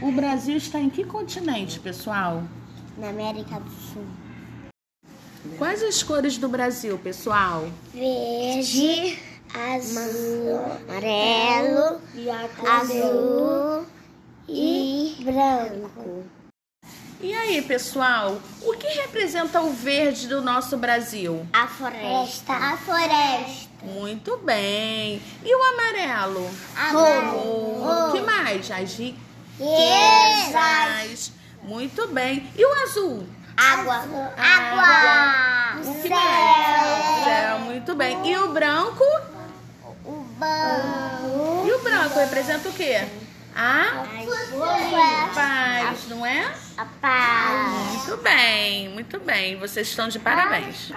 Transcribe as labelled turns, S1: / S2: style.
S1: O Brasil está em que continente, pessoal?
S2: na América do Sul.
S1: Quais as cores do Brasil, pessoal?
S2: Verde, azul, amarelo, azul e branco.
S1: E aí, pessoal, o que representa o verde do nosso Brasil?
S2: A floresta. A floresta.
S1: Muito bem. E o amarelo?
S2: Amarelo.
S1: O que mais? As
S2: Riquezas.
S1: riquezas. Muito bem. E o azul?
S2: Água.
S1: Água.
S2: O
S1: O que mais? Céu. Muito bem. E o branco?
S2: O banco.
S1: E o branco representa o quê? A paz, não é?
S2: A paz.
S1: Muito bem, muito bem. Vocês estão de parabéns.